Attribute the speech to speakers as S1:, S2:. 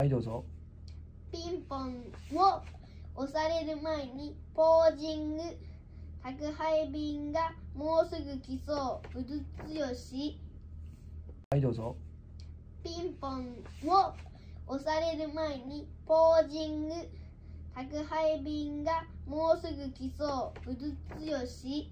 S1: はい、どうぞ。
S2: ピンポンを押される前にポージング宅配便がもうすぐ来そううずつよし
S1: はい、どうぞ。
S2: ピンポンを押される前にポージング宅配便がもうすぐ来そううずつよし